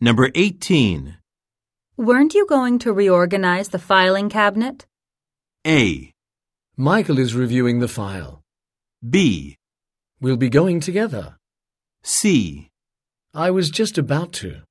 Number 18. Weren't you going to reorganize the filing cabinet? A. Michael is reviewing the file. B. We'll be going together. C. I was just about to.